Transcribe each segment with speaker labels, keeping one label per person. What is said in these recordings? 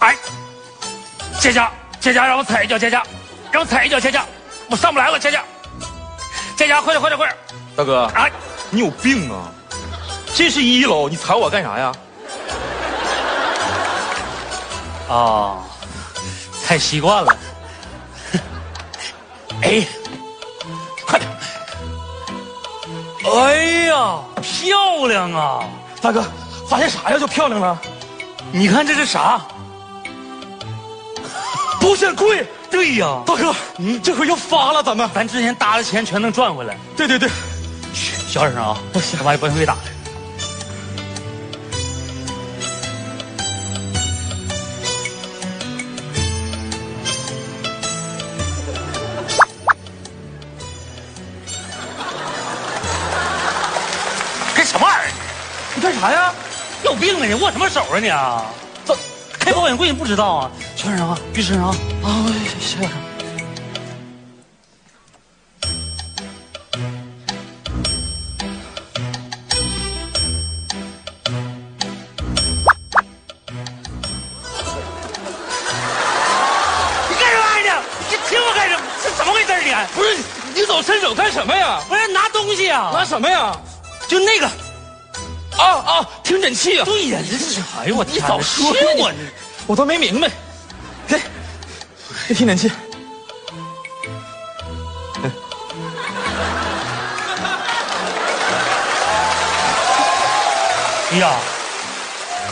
Speaker 1: 哎，佳佳，佳佳，让我踩一脚，佳佳，让我踩一脚，佳佳，我上不来了，佳佳，佳佳，快点，快点，快点！
Speaker 2: 大哥，
Speaker 1: 哎，
Speaker 2: 啊你有病啊！这是一楼，你踩我干啥呀？
Speaker 3: 哦，太习惯了。
Speaker 1: 哎，快点！
Speaker 3: 哎呀，漂亮啊！
Speaker 2: 大哥，发现啥呀？就漂亮了？
Speaker 3: 你看这是 啥？
Speaker 2: 保险柜。
Speaker 3: 对呀，
Speaker 2: 大哥，嗯，这回要发了，咱们。
Speaker 3: 咱之前搭的钱全能赚回来。
Speaker 2: 对对对，
Speaker 3: 嘘小点声啊，我把保险柜打开。
Speaker 1: 干什么玩意儿？
Speaker 2: 你干啥呀？
Speaker 3: 有病啊你！握什么手啊你啊？这开保险柜你不知道啊？小点声啊，别吱声啊！啊，
Speaker 1: 哎
Speaker 3: 小点声。
Speaker 1: 你干什么玩意儿呢？你亲我干什么？是怎么回事儿你？
Speaker 2: 不是，你老伸手干什么呀？
Speaker 3: 不是拿东西啊，
Speaker 2: 拿什么呀？
Speaker 3: 就那个。
Speaker 2: 啊啊，听诊器啊！
Speaker 3: 对呀，你这是哎呦我
Speaker 2: 你早说
Speaker 3: 天哪
Speaker 2: 呀
Speaker 3: 是我
Speaker 2: 你我都没明白。嘿，这听诊器。
Speaker 3: 哎呀，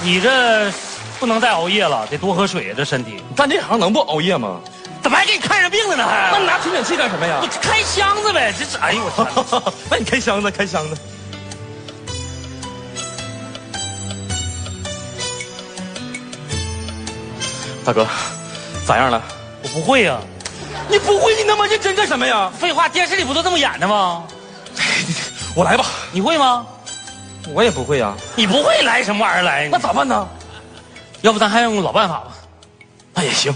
Speaker 3: 你这不能再熬夜了，得多喝水啊，这身体。
Speaker 2: 你干这行能不熬夜吗？
Speaker 3: 怎么还给你看上病了呢？
Speaker 2: 那你
Speaker 3: 还
Speaker 2: 拿听诊器干什么呀
Speaker 3: 我？开箱子呗，这是哎呦我天哪！
Speaker 2: 那你开箱子，开箱子。大哥，咋样了？
Speaker 3: 我不会呀、啊
Speaker 2: 你不会，你那么认真干什么呀？
Speaker 3: 废话，电视里不都这么演的吗？
Speaker 2: 我来吧。
Speaker 3: 你会吗？
Speaker 2: 我也不会啊呀、
Speaker 3: 你不会来什么玩意儿来？
Speaker 2: 那咋办呢？
Speaker 3: 要不咱还用老办 法吧？
Speaker 2: 那也 行。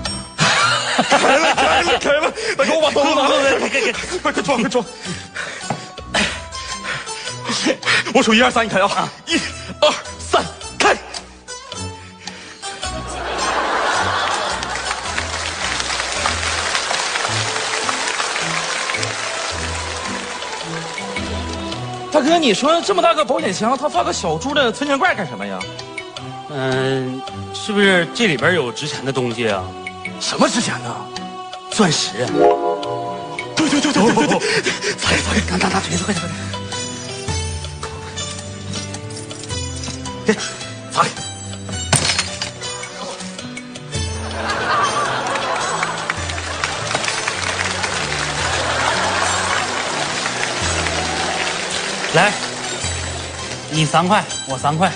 Speaker 2: 开了，开了，开了！大哥，我把头拿来，快快装，快装！我数一二三，你开啊！一、二、三，开！大哥，你说这么大个保险箱，它放个小猪的存钱罐干什么呀？
Speaker 3: 嗯，是不是这里边有值钱的东西啊？
Speaker 2: 什么值钱呢？
Speaker 3: 钻石。
Speaker 2: 对对对对对对对，咋咋
Speaker 3: 拿拿拿锤子，快点快点！
Speaker 2: 给，砸给！
Speaker 3: 来，你三块，我三块。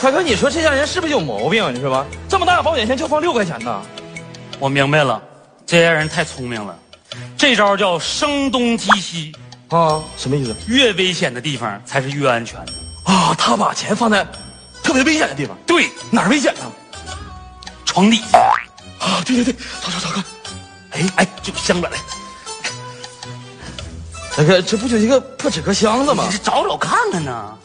Speaker 2: 大哥，你说这家人是不是有毛病？啊你说吧，这么大个保险箱就放六块钱呢？
Speaker 3: 我明白了，这些人太聪明了，这招叫声东击西，
Speaker 2: 啊，什么意思？
Speaker 3: 越危险的地方才是越安全的。
Speaker 2: 啊，他把钱放在特别危险的地方，
Speaker 3: 对，
Speaker 2: 哪儿危险呢？
Speaker 3: 床底下。
Speaker 2: 啊，对对对，大哥大哥，
Speaker 3: 哎哎，这箱子来，
Speaker 2: 大哥，这不就一个破纸壳箱子吗
Speaker 3: 你？这找找看看呢。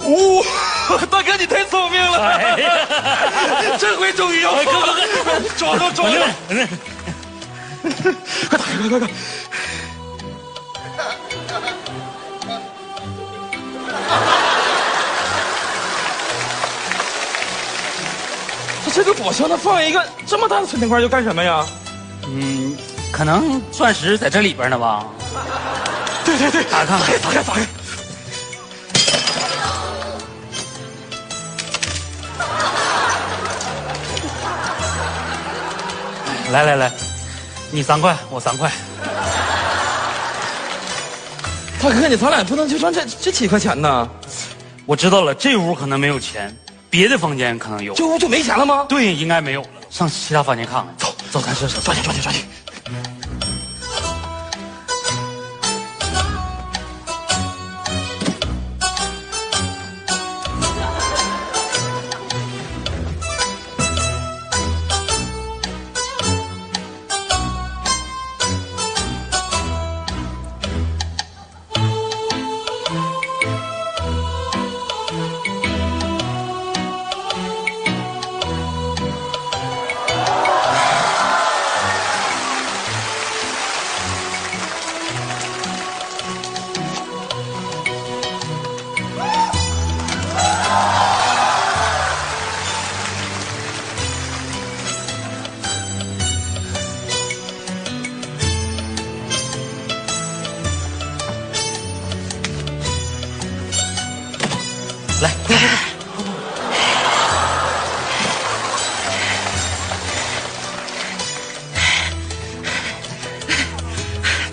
Speaker 2: 哦，大哥你太聪明了，
Speaker 3: 哎呀，
Speaker 2: 这回终于要
Speaker 3: 哎哥
Speaker 2: 放
Speaker 3: 哥
Speaker 2: 了， 抓到抓
Speaker 3: 我
Speaker 2: 到
Speaker 3: 这！我这
Speaker 2: 快打开，快快快！这这个宝箱，它放一个这么大的存钱罐，就干什么呀？
Speaker 3: 嗯，可能钻石在这里边呢吧？
Speaker 2: 对对对，
Speaker 3: 打开
Speaker 2: 打开，打开，打开！
Speaker 3: 来来来，你三块，我三块。
Speaker 2: 大哥，你咱俩不能就赚这这几块钱呢？
Speaker 3: 我知道了，这屋可能没有钱，别的房间可能有。
Speaker 2: 这屋就没钱了吗？
Speaker 3: 对，应该没有了。上其他房间看看。
Speaker 2: 走走，咱这走，抓紧抓紧抓紧！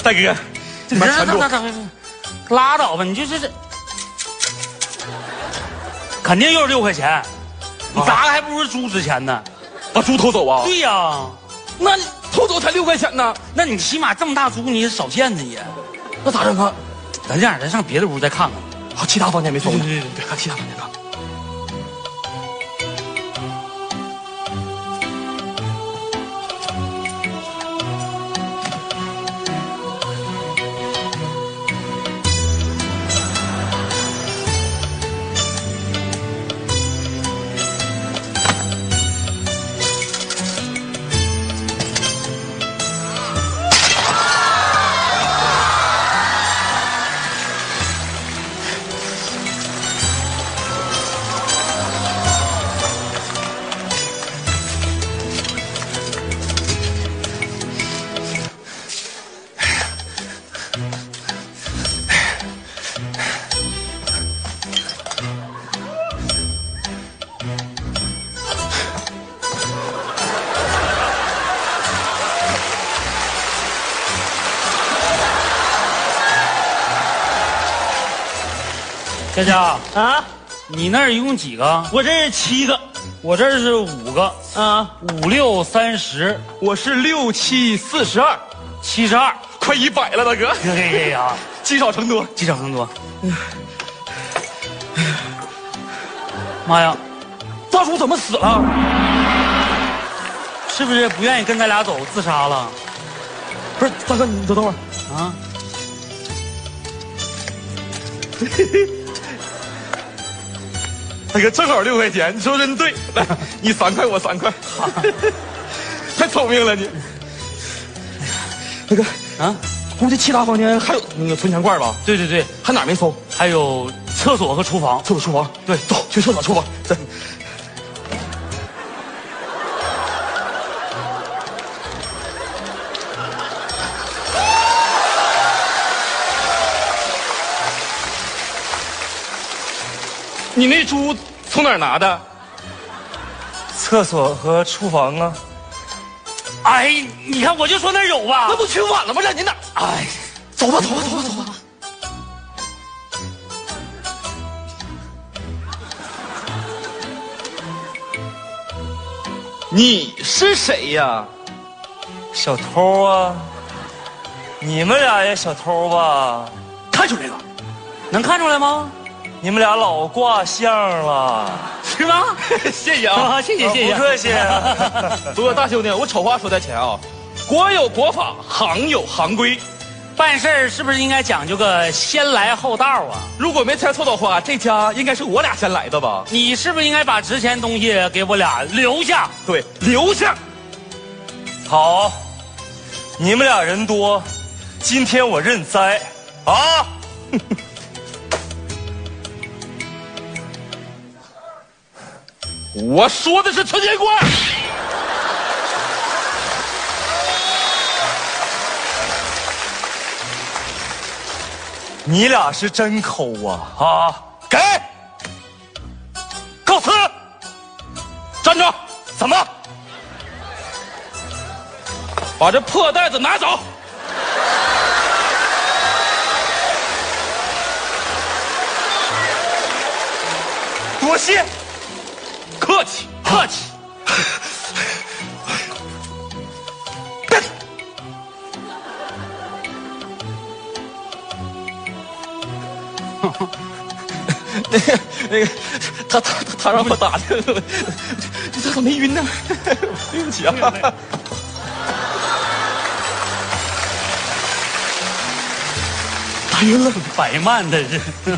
Speaker 2: 大哥，这里面
Speaker 3: 这
Speaker 2: 全中
Speaker 3: 这，这这拉倒吧，你就这这，肯定又是六块钱，
Speaker 4: 啊
Speaker 3: 你砸的还不如猪值钱呢。
Speaker 2: 把猪偷走啊？
Speaker 3: 对呀、
Speaker 2: 那你偷走才六块钱呢，
Speaker 3: 那你起码这么大猪你也少见呢也。
Speaker 2: 那咋整啊？
Speaker 3: 咱这样，咱上别的屋再看看。
Speaker 2: 啊，其他房间没搜呢，
Speaker 3: 对对对对
Speaker 2: 别看其他房间看。
Speaker 3: 佳佳，
Speaker 4: 啊，
Speaker 3: 你那儿一共几个？
Speaker 4: 我这是七个
Speaker 3: 我这儿是五个，
Speaker 4: 啊，
Speaker 3: 五六三十
Speaker 2: 我是六七四十二，
Speaker 3: 七十二。
Speaker 2: 快一百了，大哥，
Speaker 3: 这这这个啊，
Speaker 2: 积少成多。
Speaker 3: 积少成多。妈呀，
Speaker 2: 大叔怎么死了？
Speaker 3: 是不是不愿意跟咱俩走，自杀了？
Speaker 2: 不是，大哥，你等等会儿，
Speaker 3: 啊？
Speaker 2: 大哥正好六块钱，你说真对。 来，你三块，我三块，太聪明了你。哎大哥，
Speaker 3: 啊？
Speaker 2: 估计其他房间还有那个存钱罐吧？
Speaker 3: 对对对，
Speaker 2: 还哪儿没搜？
Speaker 3: 还有厕所和厨房。
Speaker 2: 厕所、厨房。对，走去厕所、厨房。走。你那猪从哪儿拿的？
Speaker 4: 厕所和厨房啊。
Speaker 3: 哎，你看我就说那儿有吧
Speaker 2: 那。不去啊晚了吗？让您哪？
Speaker 3: 哎，
Speaker 2: 走吧，走吧，走吧，走吧。
Speaker 4: 你是谁呀？小偷啊！你们俩也小偷吧？
Speaker 2: 看出来了，
Speaker 3: 能看出来吗？
Speaker 4: 你们俩老挂相了，啊
Speaker 3: 是吗？
Speaker 2: 谢谢啊。
Speaker 3: 啊，谢谢谢谢。
Speaker 4: 不客气。
Speaker 2: 不过大兄弟，我丑话说在前啊，国有国法，行有行规。
Speaker 3: 办事儿是不是应该讲究个先来后到啊？
Speaker 2: 如果没猜错的话，这家应该是我俩先来的吧？
Speaker 3: 你是不是应该把值钱东西给我俩留下？
Speaker 2: 对，留下。
Speaker 4: 好，你们俩人多，今天我认栽啊！
Speaker 2: 我说的是存钱罐。
Speaker 4: 你俩是真抠啊啊！给，告辞。
Speaker 2: 站住！
Speaker 4: 怎么？
Speaker 2: 把这破袋子拿走。
Speaker 4: 多谢。
Speaker 2: 客气，客气。那个， 那个，他他他让我打的， 这他咋没晕呢？ 对不起啊。打晕了，
Speaker 3: 摆慢的这，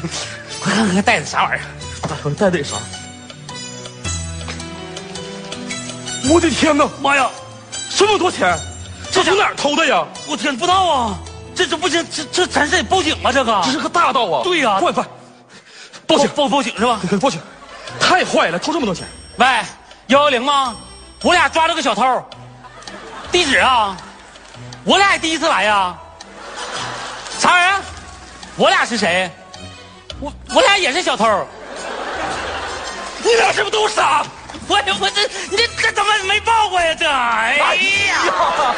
Speaker 3: 快看看袋子啥玩意儿？
Speaker 2: 打晕带的啥？我的天哪！
Speaker 3: 妈呀，
Speaker 2: 这么多钱，这从哪儿偷的呀？
Speaker 3: 我天，不知道啊！这这不行，这这咱是得报警啊！这个
Speaker 2: 这是个大盗啊！
Speaker 3: 对呀
Speaker 2: 快快，
Speaker 3: 报警报报警是吧？
Speaker 2: 快报警！太坏了，偷这么多钱！
Speaker 3: 喂，幺幺零吗？我俩抓着个小偷，地址啊，我俩也第一次来呀、啥人？我俩是谁？我我俩也是小偷，
Speaker 1: 你俩是不是都傻？
Speaker 3: 我我这你这这怎么没报过呀？这哎呀，
Speaker 1: 哎呀，